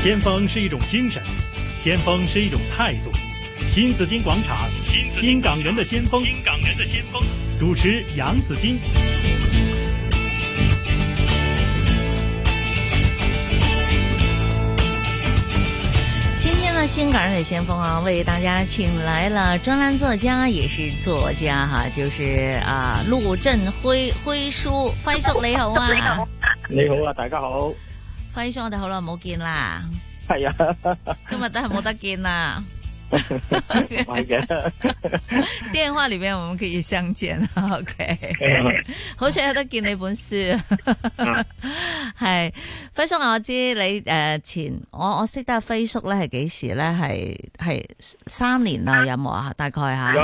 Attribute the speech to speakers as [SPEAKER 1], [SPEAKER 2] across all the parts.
[SPEAKER 1] 先锋是一种精神，先锋是一种态度。新紫金广场，新港人的先锋，
[SPEAKER 2] 新港人的先锋。
[SPEAKER 1] 主持杨紫金。
[SPEAKER 3] 今天呢，新港人的先锋啊，为大家请来了专栏作家，也是作家哈、就是啊，陆振辉辉叔，辉叔你好啊，
[SPEAKER 2] 你好啊，大家好。
[SPEAKER 3] 輝叔，我哋好耐冇見啦，
[SPEAKER 2] 係 啊，
[SPEAKER 3] 今日都係冇得見 啦。
[SPEAKER 2] 係 嘅。
[SPEAKER 3] 電話裏面我們可以相見啦，OK。好彩有得見你本書，嗯 係輝叔，我知你诶前我我識得阿輝叔咧係幾時咧？係係三年啦，有冇啊？大概吓
[SPEAKER 2] 有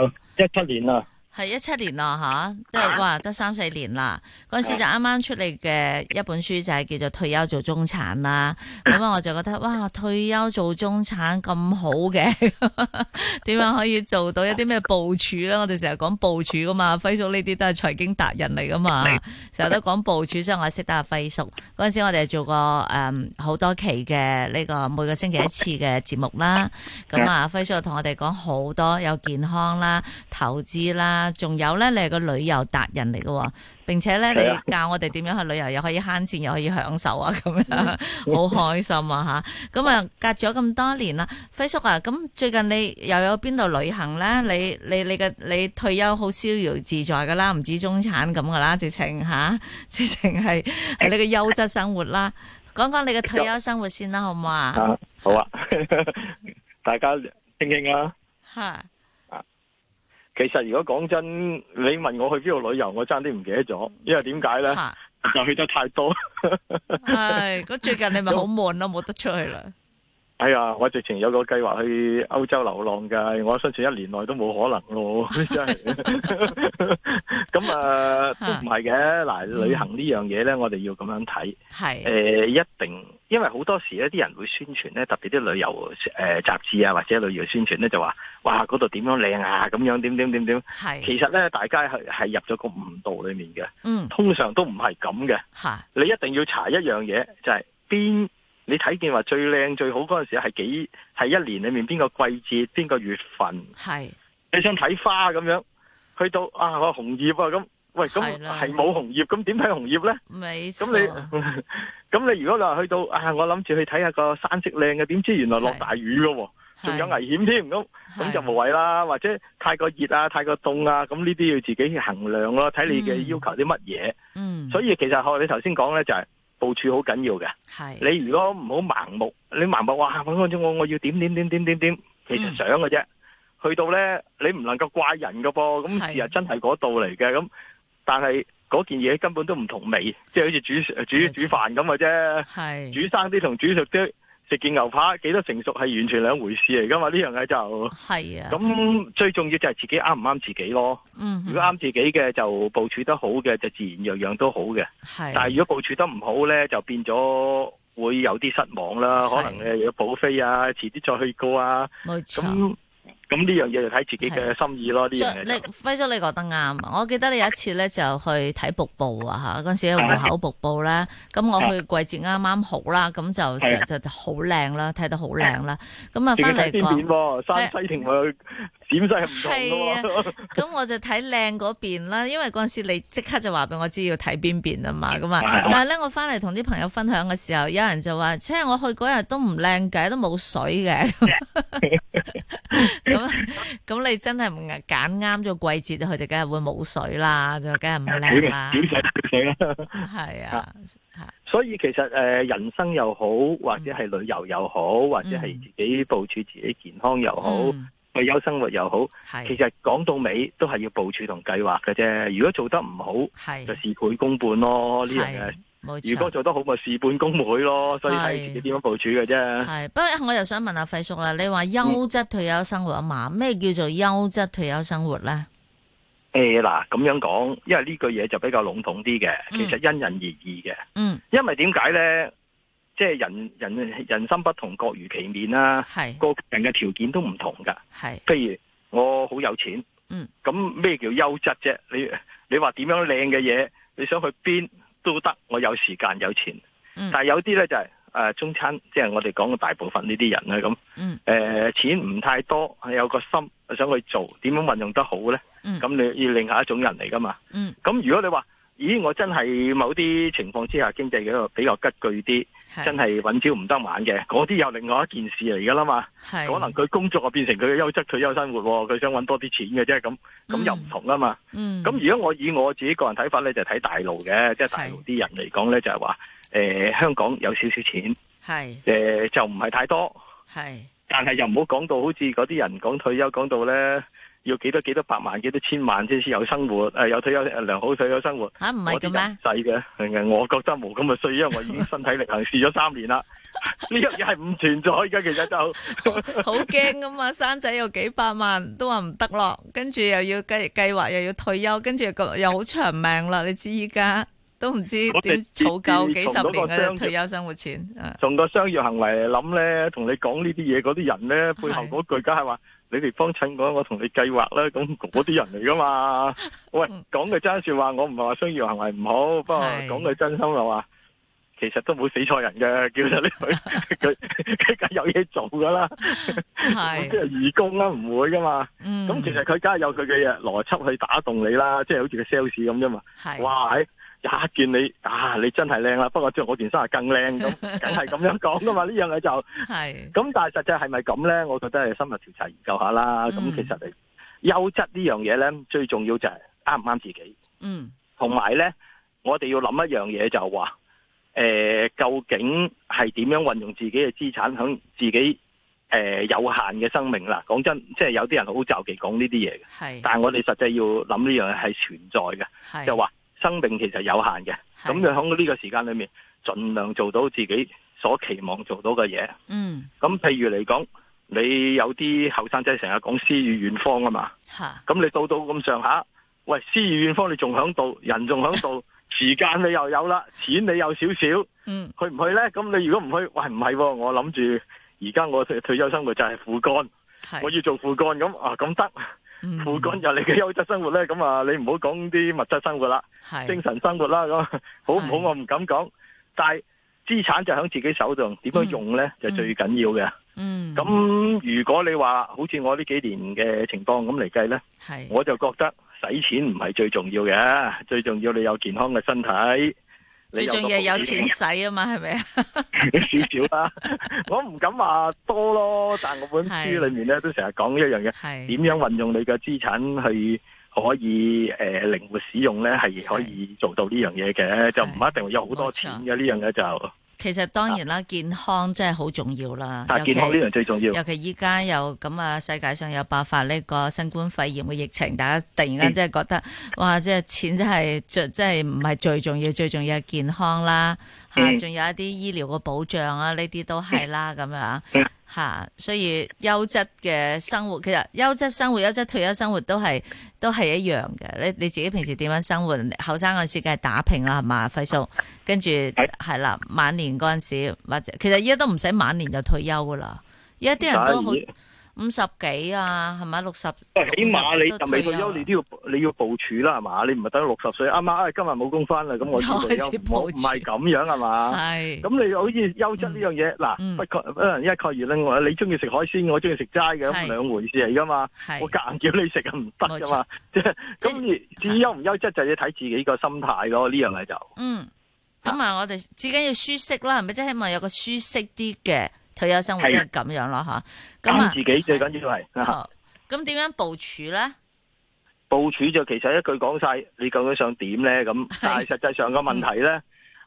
[SPEAKER 2] 有一七年啦，
[SPEAKER 3] 係一七年咯吓，即係哇得三四年啦。嗰陣時就啱啱出嚟嘅一本書就係叫做退休做中產啦。咁啊我就覺得哇退休做中產咁好嘅，點樣可以做到一啲咩部署咧？我哋成日講部署噶嘛，輝叔呢啲都係財經達人嚟噶嘛，成日都講部署，所以我識得阿輝叔。嗰陣時我哋做過誒好、多期嘅呢、個每個星期一次嘅節目啦。咁
[SPEAKER 2] 嗯
[SPEAKER 3] 啊，輝叔同我哋講好多有健康啦、投資啦，仲有咧你係個旅遊達人嚟嘅喎。並且咧，
[SPEAKER 2] 係啊
[SPEAKER 3] 你教我哋點樣去旅遊，又可以慳錢，又可以享受啊，咁
[SPEAKER 2] 嗯
[SPEAKER 3] 樣 好開心啊吓！咁啊，隔咗咁多年啦，輝叔啊，咁最近你又有邊度旅行咧？你你你嘅你退休好逍遙自在噶啦，唔止中產咁噶啦，直情吓， 直情係係你嘅優質生活啦。講講你嘅退休生活先啦，好唔好啊？
[SPEAKER 2] 啊，好啊， 大家傾傾啊。
[SPEAKER 3] 吓，
[SPEAKER 2] 其實如果講真，你問我去邊度旅遊，我爭啲唔記得咗，因為點解咧？
[SPEAKER 3] 嚇
[SPEAKER 2] 就去得太多。
[SPEAKER 3] 唉，咁最近你咪好悶咯，冇得出去啦。
[SPEAKER 2] 哎呀，我直情有個計劃去歐洲流浪㗎，我相信一年內都冇可能咯， 真係。咁啊，都唔係嘅。嗱，旅行呢樣嘢咧，我哋要咁樣睇。誒、
[SPEAKER 3] 係，
[SPEAKER 2] 一定，因為好多時咧，啲人會宣傳咧，特別啲旅遊誒、呃、雜誌啊，或者旅遊宣傳咧，就話哇嗰度點樣靚啊，咁樣點點點點。
[SPEAKER 3] 係，
[SPEAKER 2] 其實咧，大家係係入咗個誤導裡面嘅，
[SPEAKER 3] 嗯，
[SPEAKER 2] 通常都唔係咁嘅。
[SPEAKER 3] 嚇，
[SPEAKER 2] 你一定要查一樣嘢，就係、邊你睇見話最靚最好嗰陣時係幾係一年裡面邊個季節邊個月份，
[SPEAKER 3] 係，
[SPEAKER 2] 你想睇花咁樣，去到啊我紅葉啊咁，喂咁
[SPEAKER 3] 係啦
[SPEAKER 2] 係冇紅葉，咁點睇紅葉咧？
[SPEAKER 3] 沒
[SPEAKER 2] 咁
[SPEAKER 3] 錯。
[SPEAKER 2] 你嗯咁你如果你話去到啊，我諗住去睇下個山色靚嘅，點知原來落
[SPEAKER 3] 係
[SPEAKER 2] 大雨嘅喎，仲有危險添，咁
[SPEAKER 3] 係
[SPEAKER 2] 咁就啊無謂啦。或者太過熱啊，太過凍啊，咁呢啲要自己去衡量咯，睇你嘅
[SPEAKER 3] 嗯
[SPEAKER 2] 要求啲乜嘢。
[SPEAKER 3] 嗯，
[SPEAKER 2] 所以其實學你頭先講咧，就係、部署好緊要嘅。
[SPEAKER 3] 係
[SPEAKER 2] 你如果唔好盲目，你盲目話揾我我我要點點點點點點，其
[SPEAKER 3] 嗯
[SPEAKER 2] 實想嘅啫。去到咧，你唔能夠怪人嘅噃，咁
[SPEAKER 3] 係
[SPEAKER 2] 事實真係嗰度嚟嘅。咁但係嗰件嘢根本都唔同味，即係好似煮
[SPEAKER 3] 冇
[SPEAKER 2] 煮
[SPEAKER 3] 錯嗯
[SPEAKER 2] 煮飯咁嘅啫。
[SPEAKER 3] 係
[SPEAKER 2] 煮生啲同煮熟啲，食件牛扒幾多成熟係完全兩回事嚟噶嘛？呢樣嘢就
[SPEAKER 3] 係啊，
[SPEAKER 2] 咁最重要就係自己啱唔啱自己咯。
[SPEAKER 3] 嗯，
[SPEAKER 2] 如果啱自己嘅就部署得好嘅，就自然樣樣都好嘅。
[SPEAKER 3] 係，
[SPEAKER 2] 但係如果部署得唔好咧，就變咗會有啲失望啦。
[SPEAKER 3] 係
[SPEAKER 2] 可能誒要補飛啊，遲啲再去過啊。
[SPEAKER 3] 冇
[SPEAKER 2] 咁
[SPEAKER 3] 錯。
[SPEAKER 2] 咁呢樣嘢就睇自己嘅心意咯。呢
[SPEAKER 3] 所
[SPEAKER 2] 樣
[SPEAKER 3] 以
[SPEAKER 2] 嘢
[SPEAKER 3] 你
[SPEAKER 2] 就
[SPEAKER 3] 輝叔，你覺得啱。我記得你有一次咧就去睇瀑布啊嚇，嗰陣時喺湖口瀑布啦。咁我去季節啱啱好啦，咁
[SPEAKER 2] 啊係
[SPEAKER 3] 就就就好靚啦，睇到好靚啦。咁啊
[SPEAKER 2] 自己
[SPEAKER 3] 翻
[SPEAKER 2] 睇
[SPEAKER 3] 嚟
[SPEAKER 2] 邊
[SPEAKER 3] 講
[SPEAKER 2] 邊。喎？山西同佢陝西係唔同嘅喎。
[SPEAKER 3] 咁我就睇靚嗰邊啦，因為嗰陣時你即刻就話俾我知要睇邊邊啊嘛，咁啊
[SPEAKER 2] 係啊，
[SPEAKER 3] 但係咧我翻嚟同啲朋友分享嘅時候，有人就話，即係我去嗰日都唔靚嘅，都冇水嘅， 啊咁啊咁你真係唔揀啱咗季節，佢哋梗係會冇水啦，就梗係啊唔 靚啦，
[SPEAKER 2] 點水點水啦。
[SPEAKER 3] 係啊，
[SPEAKER 2] 所以其實誒、呃人生又好，或者係旅遊又好，或者係自己部署自己健康又好，
[SPEAKER 3] 嗯，
[SPEAKER 2] 退休生活又好，其
[SPEAKER 3] 係
[SPEAKER 2] 實講到尾都係要部署同計劃嘅啫。如果做得唔好，就
[SPEAKER 3] 係
[SPEAKER 2] 事倍功半咯。呢樣嘢
[SPEAKER 3] 係，冇
[SPEAKER 2] 如果
[SPEAKER 3] 錯。
[SPEAKER 2] 做得好，咪事半功倍咯。所以睇自己點樣部署嘅啫。
[SPEAKER 3] 係，不過我又想問下費叔啦，你話
[SPEAKER 2] 嗯
[SPEAKER 3] 優質退休生活啊嘛，咩叫做優質退休生活咧？
[SPEAKER 2] 誒嗱，咁樣講，因為呢句嘢就比較籠統啲嘅，
[SPEAKER 3] 嗯
[SPEAKER 2] 其實因人而異嘅。
[SPEAKER 3] 嗯，
[SPEAKER 2] 因為點解咧？即係人人人心不同，各如其面啦。
[SPEAKER 3] 係
[SPEAKER 2] 個人嘅條件都唔同㗎。
[SPEAKER 3] 係。
[SPEAKER 2] 譬如我好有錢，
[SPEAKER 3] 嗯，
[SPEAKER 2] 咁咩叫優質啫？你你話點樣靚嘅嘢，你想去邊都得，我有時間有錢。
[SPEAKER 3] 嗯
[SPEAKER 2] 但係有啲咧就係、誒中產，即係我哋講嘅大部分呢啲人咧，咁
[SPEAKER 3] 嗯
[SPEAKER 2] 誒錢唔太多，係有個心想去做，點樣運用得好咧？
[SPEAKER 3] 嗯
[SPEAKER 2] 咁你要另下一種人嚟噶嘛？
[SPEAKER 3] 嗯，
[SPEAKER 2] 咁如果你話，咦，我真係某啲情況之下經濟嘅一個比較拮據啲，真
[SPEAKER 3] 係
[SPEAKER 2] 係揾朝唔得晚嘅，嗰啲又另外一件事嚟噶啦嘛。
[SPEAKER 3] 係
[SPEAKER 2] 可能佢工作啊變成佢嘅優質退休生活喎，佢想揾多啲錢嘅啫，咁咁又唔同啊嘛。
[SPEAKER 3] 嗯
[SPEAKER 2] 咁、如果我以我自己個人睇法咧，就睇大陸嘅，即係大陸啲人嚟講咧，就係話誒香港有少少錢，誒、
[SPEAKER 3] 係
[SPEAKER 2] 就唔係太多，
[SPEAKER 3] 係
[SPEAKER 2] 但係又唔好講到好似嗰啲人講退休講到咧。要幾多幾多百萬幾多千萬先先有生活？誒有退休誒良好退休生活，
[SPEAKER 3] 吓唔係
[SPEAKER 2] 我
[SPEAKER 3] 嘅
[SPEAKER 2] 啲
[SPEAKER 3] 咩？
[SPEAKER 2] 就唔制嘅，我覺得冇咁嘅需要，因為我已經身體力行試咗三年啦。呢樣嘢係唔存在嘅，其實就。
[SPEAKER 3] 好驚噶嘛，生仔有幾百萬都話唔得咯，跟住又要計計劃，又要退休，跟住個又好長命啦。你知依家都唔知
[SPEAKER 2] 我
[SPEAKER 3] 點
[SPEAKER 2] 哋
[SPEAKER 3] 儲夠幾十
[SPEAKER 2] 自從
[SPEAKER 3] 年
[SPEAKER 2] 嗰
[SPEAKER 3] 嘅
[SPEAKER 2] 個商業
[SPEAKER 3] 退休生活錢啊！
[SPEAKER 2] 從個商業行為嚟諗咧，同你講呢啲嘢嗰啲人咧，背後嗰句梗係話你哋幫襯我，我同你計劃啦，咁嗰啲人嚟噶 嘛？喂
[SPEAKER 3] 嗯，
[SPEAKER 2] 講句真說話，我唔係話商業行為唔好，不過
[SPEAKER 3] 係
[SPEAKER 2] 講句真心就話，其實都冇死錯人嘅，叫咗你佢佢佢梗係有嘢做噶啦， 即
[SPEAKER 3] 係
[SPEAKER 2] 係義工啦，唔會噶嘛。
[SPEAKER 3] 嗯，
[SPEAKER 2] 咁其實佢梗係有佢嘅嘢邏輯去打動你啦，即係好似個 sales 咁啫嘛。
[SPEAKER 3] 係
[SPEAKER 2] 哇！喺一見你啊，你真係靚啦，不過着我件衫係更靚咁，梗係咁樣講噶嘛。呢樣嘢就咁，
[SPEAKER 3] 係
[SPEAKER 2] 但係實際係咪咁咧？我覺得係深入調查研究下啦。咁、
[SPEAKER 3] 嗯
[SPEAKER 2] 其實你優質呢樣嘢咧，最重要就係啱唔啱自己，
[SPEAKER 3] 嗯
[SPEAKER 2] 同埋咧，我哋要諗一樣嘢就係話，誒、究竟係點樣運用自己嘅資產響自己誒、呃有限嘅生命啦？講真，即係有啲人好就忌講呢啲嘢嘅，
[SPEAKER 3] 係
[SPEAKER 2] 但係我哋實際要諗呢樣嘢係存在嘅。
[SPEAKER 3] 係
[SPEAKER 2] 就話生命其實有限嘅，
[SPEAKER 3] 係
[SPEAKER 2] 咁就喺呢個時間裏面，盡量做到自己所期望做到嘅嘢。
[SPEAKER 3] 嗯
[SPEAKER 2] 咁譬如嚟講，你有啲後生仔成日講詩與遠方啊嘛，
[SPEAKER 3] 吓
[SPEAKER 2] 咁你到到咁上下，喂，詩與遠方你仲響度，人仲 響度，時間你又有啦，錢你有少少，去
[SPEAKER 3] 嗯
[SPEAKER 2] 唔去呢？咁你如果唔去，喂唔係喎，我諗住而家我退退休生活就係副幹，
[SPEAKER 3] 係
[SPEAKER 2] 我要做副幹咁啊，咁得
[SPEAKER 3] 嗯
[SPEAKER 2] 副幹就你嘅優質生活呢。咁啊你唔好講啲物質生活啦。精
[SPEAKER 3] 係
[SPEAKER 2] 神生活啦，咁好唔好
[SPEAKER 3] 係
[SPEAKER 2] 我唔敢講，但係資產就喺自己手度，點樣用咧就最緊要嘅。
[SPEAKER 3] 嗯
[SPEAKER 2] 咁、如果你話好似我呢幾年嘅情況咁嚟計咧，
[SPEAKER 3] 係
[SPEAKER 2] 我就覺得使錢唔係最重要嘅，最重要你有健康嘅身體，
[SPEAKER 3] 最
[SPEAKER 2] 你
[SPEAKER 3] 重要有錢使啊嘛，係咪啊？
[SPEAKER 2] 個保險 少少啦。我唔敢話多咯，但我
[SPEAKER 3] 係
[SPEAKER 2] 本
[SPEAKER 3] 嗯
[SPEAKER 2] 書裏面咧都成日講一樣嘢，
[SPEAKER 3] 係
[SPEAKER 2] 點樣運用你嘅資產去可以誒、呃、靈活使用咧，係可以做到呢樣嘢嘅，就唔一定有好多錢嘅呢樣嘢就，
[SPEAKER 3] 其實當然啦，健康真係好重要啦，
[SPEAKER 2] 但
[SPEAKER 3] 尤
[SPEAKER 2] 啊健康
[SPEAKER 3] 其
[SPEAKER 2] 呢樣最重要。
[SPEAKER 3] 尤其依家又咁啊，世界上有爆發呢個新冠肺炎嘅疫情，大家突然
[SPEAKER 2] 嗯
[SPEAKER 3] 間真係覺得，哇！即係錢真係最，真係唔係最重要，最重要係健康啦，吓、
[SPEAKER 2] 嗯
[SPEAKER 3] 仲有一啲醫療嘅保障啊，呢啲都係啦，咁樣
[SPEAKER 2] 嗯
[SPEAKER 3] 吓、所以優質嘅生活，其實優質生活、優質退休生活都係都係一樣嘅。你你自己平時點樣生活？後生嗰陣時梗係打拼啦，係嘛，輝叔。跟住係啦，晚年嗰陣時或者其實依家都唔使晚年就退休噶啦，而家啲人都好
[SPEAKER 2] 但係
[SPEAKER 3] 五十幾啊，係咪六十？
[SPEAKER 2] 喂起碼你就未退休，
[SPEAKER 3] 60
[SPEAKER 2] 你都要你要部署啦，係嘛？你唔係等六十歲啱啱，哎今日冇工翻啦，咁 我先退
[SPEAKER 3] 就開
[SPEAKER 2] 休，
[SPEAKER 3] 始
[SPEAKER 2] 唔好
[SPEAKER 3] 部
[SPEAKER 2] 唔
[SPEAKER 3] 署
[SPEAKER 2] 係咁樣係
[SPEAKER 3] 都
[SPEAKER 2] 嘛？
[SPEAKER 3] 係
[SPEAKER 2] 咁你好似優質呢樣嘢，嗱
[SPEAKER 3] 嗯
[SPEAKER 2] 不確不能一概而論。我你中意食海鮮，我中意食齋嘅，
[SPEAKER 3] 係
[SPEAKER 2] 咁兩回事嚟噶嘛。
[SPEAKER 3] 係
[SPEAKER 2] 我夾硬叫你食啊，唔得噶嘛。 即係
[SPEAKER 3] 即
[SPEAKER 2] 咁，而至於優唔優質就要睇自己個心態咯。呢樣嘢就
[SPEAKER 3] 嗯，咁啊，我哋至緊要舒適啦，係咪即係希望有個舒適啲嘅退休生活，
[SPEAKER 2] 係
[SPEAKER 3] 即係咁樣咯吓。咁
[SPEAKER 2] 啱
[SPEAKER 3] 啊
[SPEAKER 2] 自己最緊要係啊
[SPEAKER 3] 好，咁點樣部署咧？
[SPEAKER 2] 部署就其實一句講晒，你究竟想點咧？咁
[SPEAKER 3] 係嗯
[SPEAKER 2] 但係實際上個問題咧，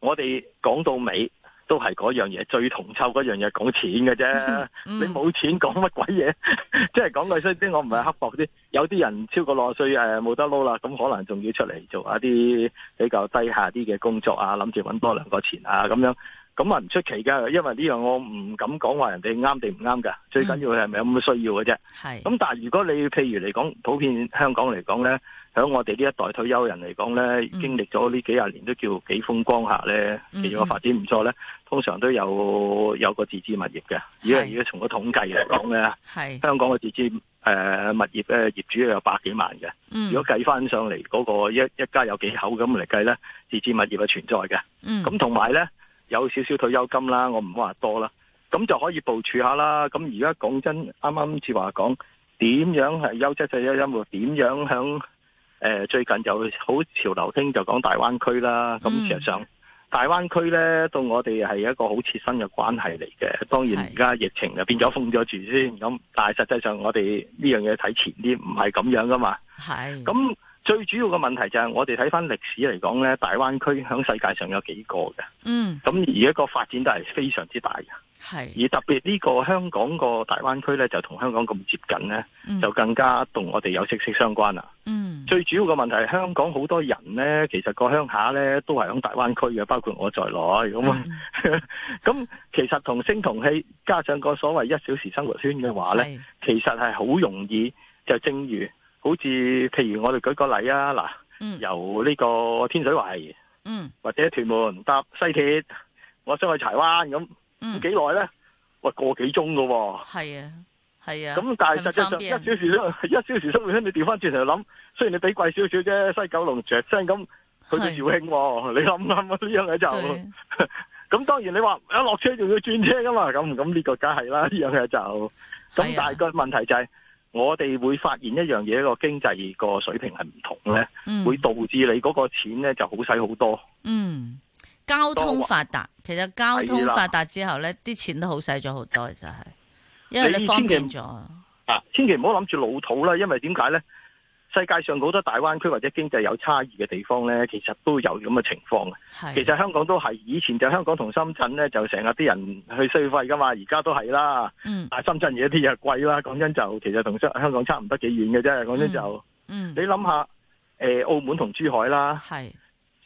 [SPEAKER 2] 我哋講到尾都係嗰樣嘢，最同臭嗰樣嘢講錢嘅啫。
[SPEAKER 3] 嗯
[SPEAKER 2] 你冇錢講乜鬼嘢？ 即係講句衰啲，我唔係刻薄啲。有啲人超過六十歲誒冇得撈啦，咁可能仲要出嚟做一啲比較低下啲嘅工作啊，諗住揾多兩個錢啊咁樣。咁啊唔出奇㗎，因為呢樣我唔敢講話人哋啱定唔啱㗎。最緊要係咪有咁需要嘅啫。
[SPEAKER 3] 係
[SPEAKER 2] 咁但係如果你譬如嚟講，普遍香港嚟講咧，喺我哋呢一代退休人嚟講咧，
[SPEAKER 3] 嗯
[SPEAKER 2] 經歷咗呢幾廿年都叫幾風光下咧，
[SPEAKER 3] 嗯
[SPEAKER 2] 其實個發展唔錯咧，通常都有有個自置物業嘅。如果
[SPEAKER 3] 係
[SPEAKER 2] 如果從個統計嚟講咧，
[SPEAKER 3] 係
[SPEAKER 2] 香港嘅自置誒、物業嘅業主有百幾萬嘅。
[SPEAKER 3] 嗯
[SPEAKER 2] 如果計翻上嚟嗰、個一一家有幾口咁嚟計咧，自置物業係存在嘅。
[SPEAKER 3] 嗯
[SPEAKER 2] 咁同埋咧，有少少退休金啦，我唔好話多啦，咁就可以部署下啦。咁而家講真，啱啱至話講點樣係優質世優音樂，點樣響誒、呃最近就好潮流興就講大灣區啦。咁
[SPEAKER 3] 嗯
[SPEAKER 2] 事實上，大灣區呢，到我哋係一個好切身嘅關係嚟嘅。當然
[SPEAKER 3] 係
[SPEAKER 2] 而家疫情就變咗封咗住先，咁但係實際上我哋呢樣嘢睇前啲，唔係咁樣噶嘛。
[SPEAKER 3] 係
[SPEAKER 2] 咁最主要嘅問題就係我哋睇翻歷史嚟講呢，大灣區響世界上有幾個嘅，
[SPEAKER 3] 嗯
[SPEAKER 2] 咁而一個發展都係非常之大嘅。
[SPEAKER 3] 係
[SPEAKER 2] 而特別呢個香港個大灣區呢，就同香港咁接近呢，
[SPEAKER 3] 嗯
[SPEAKER 2] 就更加同我哋有息息相關啦。
[SPEAKER 3] 嗯
[SPEAKER 2] 最主要嘅問題係香港好多人呢，其實個鄉下呢都係響大灣區嘅，包括我在內咁啊。
[SPEAKER 3] 嗯
[SPEAKER 2] 咁其實同聲同氣，加上個所謂一小時生活圈嘅話呢，
[SPEAKER 3] 係
[SPEAKER 2] 其實係好容易就正如好似譬如我哋舉個例啊，嗱。
[SPEAKER 3] 嗯
[SPEAKER 2] 由呢個天水圍
[SPEAKER 3] 嗯
[SPEAKER 2] 或者屯門搭西鐵，我想去柴灣咁，
[SPEAKER 3] 嗯
[SPEAKER 2] 幾耐咧？喂，個幾鐘噶喎。
[SPEAKER 3] 係啊係啊，
[SPEAKER 2] 咁但係
[SPEAKER 3] 很
[SPEAKER 2] 實際
[SPEAKER 3] 方
[SPEAKER 2] 上
[SPEAKER 3] 便
[SPEAKER 2] 一小時生 一小時生活圈，你調翻轉頭諗，雖然你俾貴少少啫，西九龍着聲咁去到
[SPEAKER 3] 係
[SPEAKER 2] 肇慶喎， 你諗唔諗啊？呢樣嘢就
[SPEAKER 3] 對
[SPEAKER 2] 咁當然你話一落車仲要轉車噶嘛，咁咁呢個梗係啦，呢 樣嘢就咁。但
[SPEAKER 3] 係啊
[SPEAKER 2] 係個問題就係、我哋會發現一樣嘢，個經濟個水平係唔同咧，
[SPEAKER 3] 嗯
[SPEAKER 2] 會導致你嗰個錢咧就好使好多。
[SPEAKER 3] 嗯，交通發達，其實交通發達之後咧，啲錢都好使咗好多，其實係，因為你方便咗，
[SPEAKER 2] 啊，千祈唔好諗住老土啦，因為點解呢？世界上好多大灣區或者經濟有差異嘅地方呢，其實都有咁嘅情況嘅。
[SPEAKER 3] 係
[SPEAKER 2] 其實香港都係，以前就香港同深圳呢，就成日啲人去消費噶嘛，而家都係啦。
[SPEAKER 3] 嗯
[SPEAKER 2] 但係深圳嘢啲嘢貴啦，講真就其實同香香港差唔得幾遠嘅啫。講真就，
[SPEAKER 3] 嗯
[SPEAKER 2] 你諗下，誒、澳門同珠海啦，
[SPEAKER 3] 係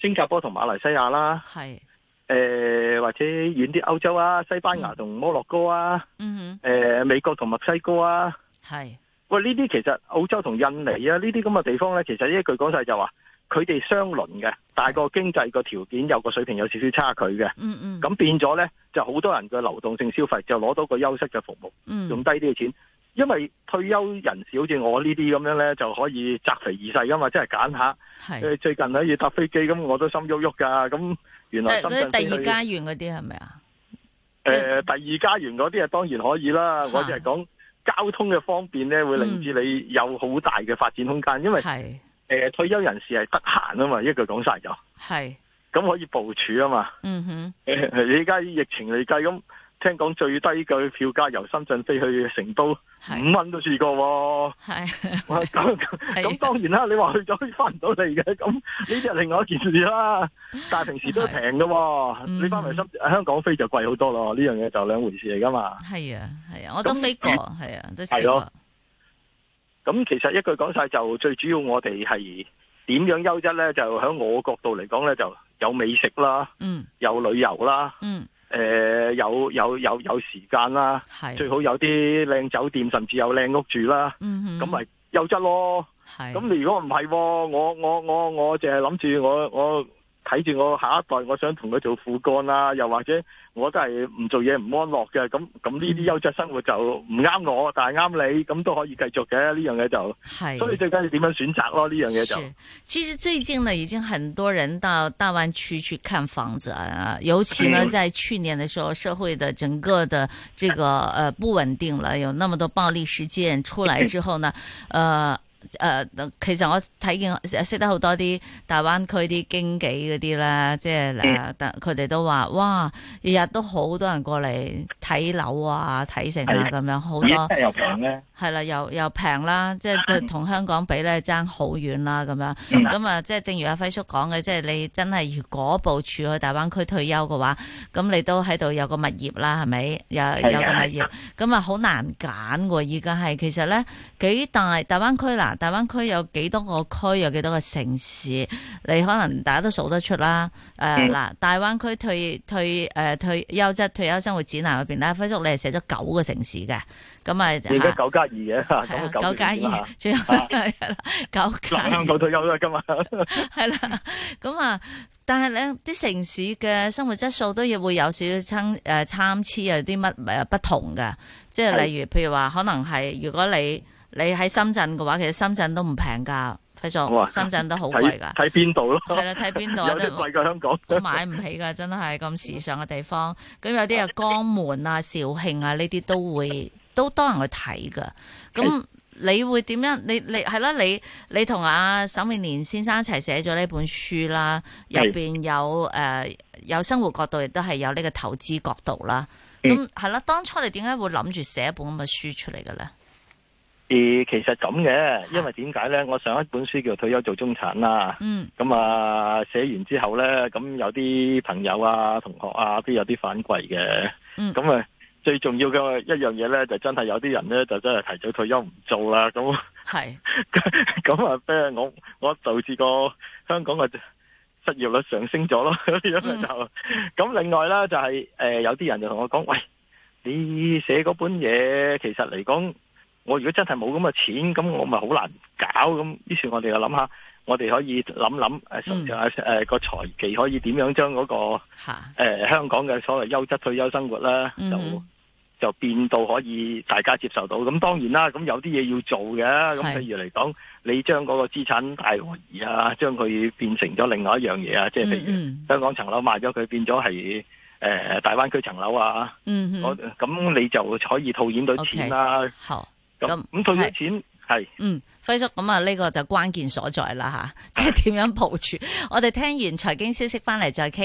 [SPEAKER 2] 新加坡同馬來西亞啦，
[SPEAKER 3] 係
[SPEAKER 2] 誒、或者遠啲歐洲啊，西班牙同摩洛哥啊，
[SPEAKER 3] 嗯
[SPEAKER 2] 誒、美國同墨西哥啊。
[SPEAKER 3] 哼係
[SPEAKER 2] 喂，呢啲其實澳洲同印尼啊，呢啲咁嘅地方呢，其實一句講晒就話，佢哋相鄰嘅，但係個經濟個條件有個水平有少少差距嘅，
[SPEAKER 3] 嗯嗯
[SPEAKER 2] 咁變咗呢，就好多人嘅流動性消費就攞到個優質嘅服務，用
[SPEAKER 3] 嗯
[SPEAKER 2] 低啲嘅錢，因為退休人士好似我呢啲咁樣呢，就可以擇肥而噬噶嘛，即係揀下。
[SPEAKER 3] 係，
[SPEAKER 2] 誒最近可以搭飛機咁，我都心喐喐㗎。咁原來
[SPEAKER 3] 即
[SPEAKER 2] 深
[SPEAKER 3] 係嗰
[SPEAKER 2] 圳
[SPEAKER 3] 啲第二
[SPEAKER 2] 飛去呃
[SPEAKER 3] 家園嗰啲係咪啊？
[SPEAKER 2] 誒、
[SPEAKER 3] 嗯
[SPEAKER 2] 第二家園嗰啲啊，當然可以啦。我只係講交通嘅方便呢，會令至你有好大嘅發展空間，因為。
[SPEAKER 3] 嗯係
[SPEAKER 2] 誒、退休人士係得閒啊嘛，一句講晒就，
[SPEAKER 3] 係
[SPEAKER 2] 咁可以部署啊嘛。
[SPEAKER 3] 嗯哼
[SPEAKER 2] 誒你而家疫情嚟計，咁聽講最低嘅票價由深圳飛去成都五
[SPEAKER 3] 係
[SPEAKER 2] 蚊都試過喎、
[SPEAKER 3] 係
[SPEAKER 2] 哇咁咁當然啦，你話去咗翻唔到嚟嘅，咁呢啲係另外一件事啦。但係平時都平嘅喎，
[SPEAKER 3] 嗯
[SPEAKER 2] 你翻嚟深香港飛就貴好多咯，呢樣嘢就兩回事嚟噶嘛。
[SPEAKER 3] 係啊係啊，我都
[SPEAKER 2] 咁
[SPEAKER 3] 飛過係啊，都
[SPEAKER 2] 係
[SPEAKER 3] 試
[SPEAKER 2] 咯
[SPEAKER 3] 過
[SPEAKER 2] 咁其實一句講晒就最主要，我哋係點樣優質呢？就喺我角度嚟講呢，就有美食啦，
[SPEAKER 3] 嗯
[SPEAKER 2] 有旅遊啦。
[SPEAKER 3] 嗯
[SPEAKER 2] 誒、有有有有時間啦，最
[SPEAKER 3] 係
[SPEAKER 2] 好有啲靚酒店，甚至有靚屋住啦，
[SPEAKER 3] 嗯哼
[SPEAKER 2] 咁咪優質咯。
[SPEAKER 3] 係
[SPEAKER 2] 咁你如果唔係喎，我我我我淨係諗住我我睇住我下一代，我想同佢做父幹啦，又或者我都係唔做嘢唔安樂嘅，咁咁
[SPEAKER 3] 嗯
[SPEAKER 2] 呢啲優質生活就唔啱我，但係啱你，咁都可以繼續嘅呢樣嘢就，
[SPEAKER 3] 係，
[SPEAKER 2] 所以最緊要點樣選擇咯呢樣嘢就是
[SPEAKER 3] 其實最近呢，已经很多人到大湾区去看房子啊，尤其呢，
[SPEAKER 2] 嗯
[SPEAKER 3] 在去年的时候，社会的整个的这个呃不稳定了，有那么多暴力事件出来之后 呢，呃。誒、其實我睇見呃識得好多啲大灣區啲經紀嗰啲啦，即係誒，
[SPEAKER 2] 嗯
[SPEAKER 3] 但佢哋都話哇，日日都好多人過嚟睇樓啊、睇成啊
[SPEAKER 2] 係
[SPEAKER 3] 咁樣，好多
[SPEAKER 2] 咦。真係又平咧，
[SPEAKER 3] 係啦，又又平啦， 即係對同香港比咧爭好遠啦咁樣。
[SPEAKER 2] 嗯
[SPEAKER 3] 咁啊，即係正如阿輝叔講嘅，即係你真係如果部署去大灣區退休嘅話，咁你都喺度有個物業啦，係咪？有
[SPEAKER 2] 啊
[SPEAKER 3] 有個物業，咁啊好難揀喎。而家係其實咧幾大大灣區嗱，大灣區有幾多個區，有幾多個城市，你可能大家都數得出啦。誒、
[SPEAKER 2] 嗯
[SPEAKER 3] 嗱，大灣區退退誒、呃退休即係退休生活指南入邊咧，輝叔你係寫咗九個城市嘅，咁啊
[SPEAKER 2] 而家
[SPEAKER 3] 嚇
[SPEAKER 2] 九加二嘅，
[SPEAKER 3] 係
[SPEAKER 2] 咁
[SPEAKER 3] 啊
[SPEAKER 2] 就
[SPEAKER 3] 九加
[SPEAKER 2] 年啦
[SPEAKER 3] 二，最後係啦，九
[SPEAKER 2] 嚇 嗱
[SPEAKER 3] 加
[SPEAKER 2] 香港退休啦， 今日。
[SPEAKER 3] 係啦，咁啊，但係咧啲城市嘅生活質素都要會有少少參誒參差，有啲乜誒不同嘅，即係
[SPEAKER 2] 係
[SPEAKER 3] 例如譬如話，可能係如果你你喺深圳嘅話，其實深圳都唔平㗎，輝繼
[SPEAKER 2] 哇
[SPEAKER 3] 續深圳都好貴
[SPEAKER 2] 睇
[SPEAKER 3] 㗎，
[SPEAKER 2] 睇邊度咯，
[SPEAKER 3] 係啦，睇邊度啊
[SPEAKER 2] 有啲
[SPEAKER 3] 都
[SPEAKER 2] 貴過香港。
[SPEAKER 3] 我 買唔起㗎，真係咁時尚嘅地方。咁有啲啊，江門啊、肇慶啊呢啲都會都多人去睇㗎。咁你會點樣？你你係啦，你你同阿沈永年先生一齊寫咗呢本書啦，入
[SPEAKER 2] 係
[SPEAKER 3] 邊有誒、呃有生活角度，亦都係有呢個投資角度啦。
[SPEAKER 2] 嗯
[SPEAKER 3] 咁係啦，當初你點解會諗住寫一本咁嘅書出嚟嘅咧？
[SPEAKER 2] 誒，其實咁
[SPEAKER 3] 啊
[SPEAKER 2] 嘅，因為點解咧？我上一本書叫《退休做中產》啦，
[SPEAKER 3] 嗯
[SPEAKER 2] 咁啊寫完之後咧，咁有啲朋友啊、同學啊都有啲反饋嘅，
[SPEAKER 3] 嗯
[SPEAKER 2] 咁啊。最重要嘅一樣嘢咧，就真係有啲人咧，就真係提早退休唔做啦。咁
[SPEAKER 3] 係
[SPEAKER 2] 咁啊，咩我我導致個香港嘅失業率上升咗咯， 咁樣
[SPEAKER 3] 嗯
[SPEAKER 2] 就咁。另外咧就係、呃有啲人就同我講，喂，你寫嗰本嘢其實嚟講，我如果真係冇咁嘅錢，咁我咪好難搞咁。於是我哋就諗下，我哋可以諗諗呃誒，
[SPEAKER 3] 嗯
[SPEAKER 2] 誒誒個財技可以點樣將嗰、個、
[SPEAKER 3] 嚇，
[SPEAKER 2] 呃、香港嘅所謂優質退休生活啦，就。
[SPEAKER 3] 嗯哼
[SPEAKER 2] 就變到可以大家接受到。咁當然啦，咁有啲嘢要做嘅。咁
[SPEAKER 3] 係
[SPEAKER 2] 譬如嚟講，你將嗰個資產大挪移啊，將佢變成咗另外一樣嘢啊，即係譬如
[SPEAKER 3] 嗯
[SPEAKER 2] 香港層樓賣咗，佢變咗係誒大灣區層樓啊。
[SPEAKER 3] 嗯嗯
[SPEAKER 2] 我
[SPEAKER 3] 嗯，
[SPEAKER 2] 咁你就可以套現到錢啦。
[SPEAKER 3] 好。
[SPEAKER 2] 咁
[SPEAKER 3] 咁
[SPEAKER 2] 咁套咗
[SPEAKER 3] 係
[SPEAKER 2] 錢係
[SPEAKER 3] 嗯，輝叔，咁啊呢個就關鍵所在啦吓，即係點樣部署？我哋聽完財經消息翻嚟再傾。